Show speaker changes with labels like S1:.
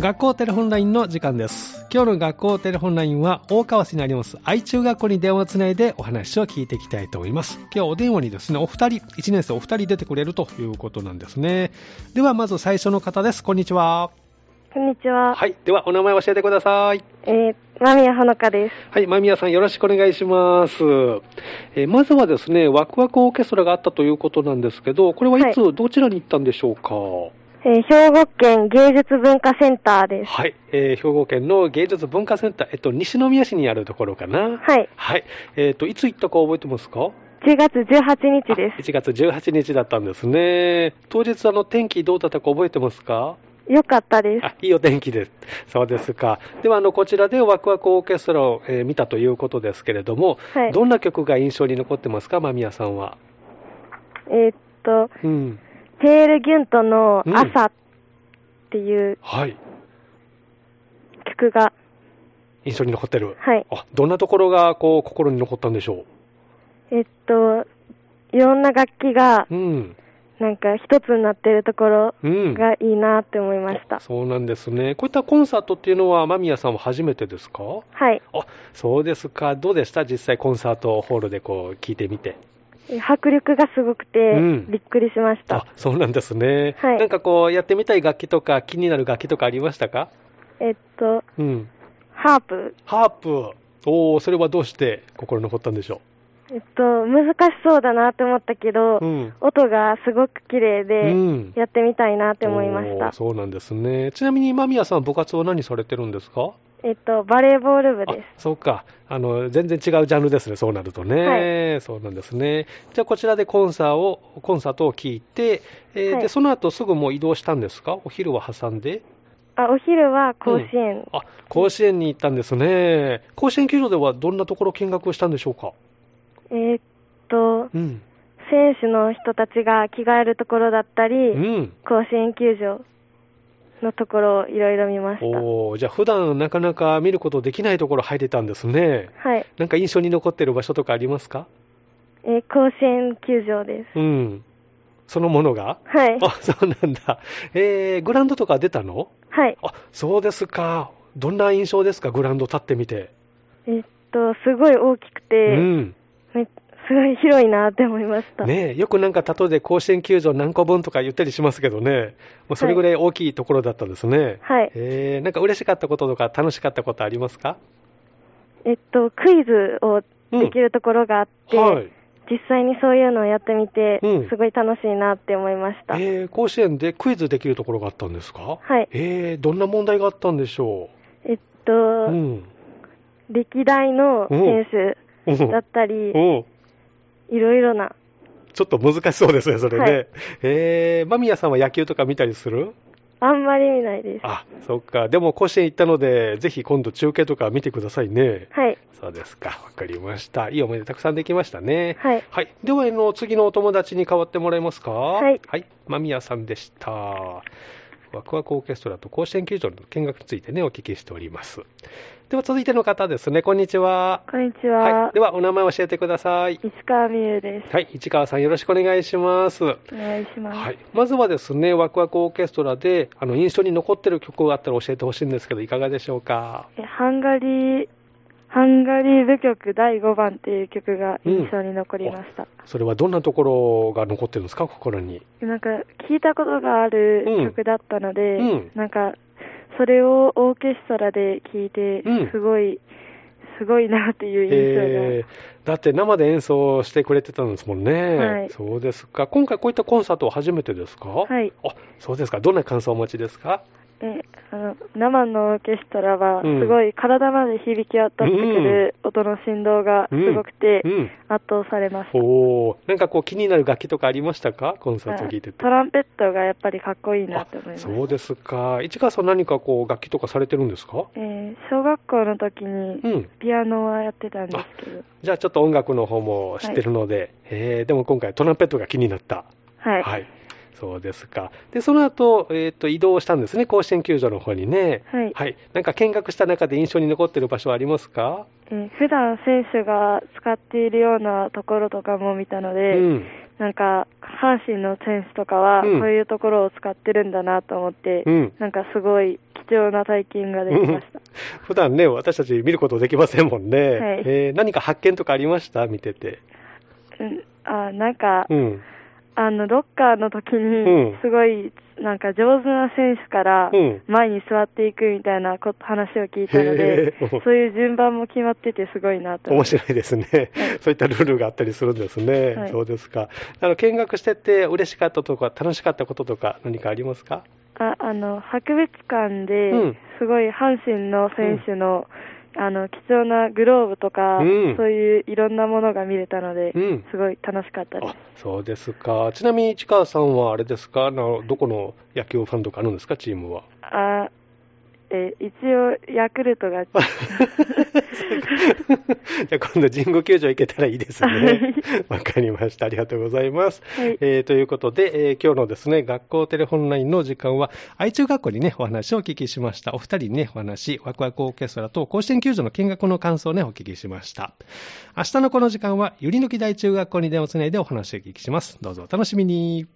S1: 学校テレホンラインの時間です。今日の学校テレホンラインは大川市にあります愛中学校に電話をつないでお話を聞いていきたいと思います。今日はお電話にですね、お二人、1年生お二人出てくれるということなんですね。ではまず最初の方です。こんにちは。
S2: こんにちは。
S1: はい。ではお名前を教えてください。
S2: えー、間宮ほのかです。
S1: はい、間宮さんよろしくお願いします。えーまずはですね、ワクワクオーケストラがあったということなんですけど、これはいつ、
S2: は
S1: どちらに行ったんでしょうか
S2: えー、兵庫県芸術文化センターです。
S1: はい、えー兵庫県の芸術文化センター、えっと、西宮市にあるところかな。
S2: はい。
S1: はい、えっと、いつ行ったか覚えてますか
S2: 10月18日で
S1: 1月18日だったんですね。当日、あの、天気どうだったか覚えてますか
S2: す。よかったです。
S1: あいいお天気です。そうですか。では、あの、こちらでワクワクオーケストラを、えー見たということですけれども、
S2: はい。
S1: どんな曲が印象に残ってますか、間宮さんは。
S2: えーっと、
S1: うん。
S2: テールギュントの
S1: うん
S2: 朝っていう
S1: はい。
S2: 曲が、
S1: 印象に残ってる。
S2: はい。
S1: あ、どんなところが、こう、心に残ったんでしょ
S2: えーっと、いろんな楽器が
S1: う。うん。
S2: なんか一つになってるところ
S1: うん。
S2: がいいなって思いました
S1: あ。そうなんですね。こういったコンサートっていうのは、間宮さんは初めてですか
S2: はい。
S1: あ、そうですか。どうでした実際コンサートホールでこう、聞いてみて。
S2: えー迫力がすごくて
S1: うん、
S2: びっくりしました
S1: あ。、そうなんですね。
S2: はい
S1: なんかこう、やってみたい楽器とか、気になる楽器とかありましたか
S2: えーっと、
S1: うん。
S2: ハープ。
S1: ハープ。おー、それはどうして心に残ったんでしょ
S2: えっと、難しそうだなって思ったけど、
S1: ううん。
S2: 音がすごく綺麗
S1: う
S2: で、
S1: ん。
S2: やってみたいなって思いまし
S1: お
S2: た
S1: ー。そうなんですね。ちなみに間宮さん、部活は何されてるんですか
S2: えっと、バレーボール部で
S1: あそうかあの、全然違うジャンルですね、そうなるとね、そうなんですね。じゃあ、こちらでコンサートをコンサートを聞いて、えー
S2: はい
S1: で、その後すぐもう移動したんですか、お昼は挟んで、
S2: す。あ、お昼は甲子園。
S1: あ甲子園に行ったんですね、甲子園球場ではどんなところ見学をしたんでしょうか。
S2: えっと、
S1: うん、
S2: 選手の人たちが着替えるところだった
S1: う
S2: り、
S1: ん
S2: 甲子園球場のところをいろいろ見ました。
S1: おーじゃあ、普段なかなか見ることできないところ入れたんですね。
S2: はい。
S1: なんか印象に残ってる場所とかありますか
S2: えー甲子園球場です。
S1: うん。そのものが
S2: はい。
S1: あ、そうなんだ。えー、グラウンドとか出たの
S2: はい。
S1: あ、そうですか。どんな印象ですか、グラウンド立ってみて。
S2: えっと、すごい大きくて、
S1: うん。
S2: めすごい広いなって思いました。
S1: ねえよくなんか例えで甲子園球場何個分とか言ったりしますけどね。もうそれぐらい大きいところだったんですね。
S2: はい。
S1: えー、なんか嬉しかったこととか楽しかったことありますか
S2: えっと、クイズをできるところがあって、
S1: はい。
S2: 実際にそういうのをやってみて、
S1: うん
S2: すごい楽しいなって思いました。
S1: えー、甲子園でクイズできるところがあったんですか
S2: はい。
S1: えー、どんな問題があったんでしょ
S2: えっ
S1: う
S2: と、
S1: うん。
S2: 歴代の選手
S1: うん。
S2: だったり、
S1: うん。
S2: いろいろな、
S1: ちょっと難しそうですね、それね。
S2: はい
S1: えー、間宮さんは野球とか見たりする
S2: あんまり見ないです。
S1: あ、そっか。でも甲子園行ったので、ぜひ今度中継とか見てくださいね。
S2: はい。
S1: そうですか。わかりました。いい思い出たくさんできましたね。
S2: はい。
S1: はい。では、あの、次のお友達に代わってもらえますかはいはい。間宮さんでした。ワクワクオーケストラと甲子園球場の見学についてね、お聞きしております。では、続いての方ですね。こんにちは。
S2: こんにち
S1: はい。では、お名前教えてください。
S2: 石川美優です。
S1: はい。市川さん、よろしくお願いします。
S2: お願いしま
S1: はい、まずはですね、ワクワクオーケストラで、あの印象に残ってる曲があったら教えてほしいんですけど、いかがでしょうか。
S2: えハンガリー、ハンガリー舞曲第5番っていう曲が印象に残りました。
S1: それはどんなところが残ってるんですか、心に。
S2: なんか、聞いたことがある
S1: うん
S2: 曲だったので、
S1: うん
S2: なんか、それをオーケストラで聴いて
S1: うん、
S2: すごい、すごいなっていう印象が。
S1: えーだって生で演奏してくれてたんですもんね。
S2: はい
S1: そうですか。今回こういったコンサートは初めてですか。
S2: はい。
S1: あ、そうですか。どんな感想をお持ちですか。
S2: えあの生のオーケストラは
S1: うん
S2: すごい体まで響き渡ってくる音の振動がすごくて
S1: うん。
S2: 圧倒されました、
S1: おお、なんかこう気になる楽器とかありましたか、コンサートを聞いてて。
S2: トランペットがやっぱりかっこいいなと思いま
S1: あ
S2: す
S1: そうですか。市川さん何かこう楽器とかされてるんですか。
S2: えー小学校の時に
S1: うん。
S2: ピアノはやってたんですけど
S1: じゃあちょっと音楽の方も知ってるので、えーでも今回トランペットが気になった。
S2: はい、
S1: そうですか。で、その後、えっ、と、移動したんですね、甲子園球場の方にね。
S2: はい
S1: なんか見学した中で印象に残ってる場所はありますか
S2: えー普段選手が使っているようなところとかも見たので、
S1: うん。
S2: なんか、阪神の選手とかは、
S1: うん
S2: そういうところを使ってるんだなと思って、
S1: うん
S2: なんかすごい貴重な体験ができました。
S1: 普段ね、私たち見ることできませんもんね。
S2: はい
S1: えー何か発見とかありました見てて。
S2: うん、あなんか、
S1: うん。
S2: あの、ロッカーの時
S1: うん
S2: に、すごい、なんか上手な選手から
S1: うん、
S2: 前に座っていくみたいなこと話を聞いたの
S1: へ
S2: で
S1: えうん、
S2: そういう順番も決まっててすごいなと思
S1: 面
S2: って。
S1: 白いですね。 そういったルールがあったりするんですね。
S2: はい
S1: そうですか。あの、見学してて嬉しかったとか、楽しかったこととか何かありますか
S2: ああの、博物館で
S1: うん、
S2: すごい阪神の選手の、あの、貴重なグローブとか、
S1: うん
S2: そういういろんなものが見れたので、
S1: うん
S2: すごい楽しかったです
S1: あ。そうですか。ちなみに市川さんはあれですかあのどこの野球ファンとかあるんですかチー ムは。
S2: あえ一応、ヤクルト が、
S1: じゃあ今度神宮球場行けたらいいですね。わかりました。ありがとうございます。
S2: はい
S1: えーということで、えー今日のですね、学校テレホンラインの時間は、愛知中学校にね、お話をお聞きしました。お二人にね、お話、ワクワクオーケストラと甲子園球場の見学の感想をね、お聞きしました。明日のこの時間は、ゆりのき大中学校に電話をつないでお話をお聞きします。どうぞお楽しみに。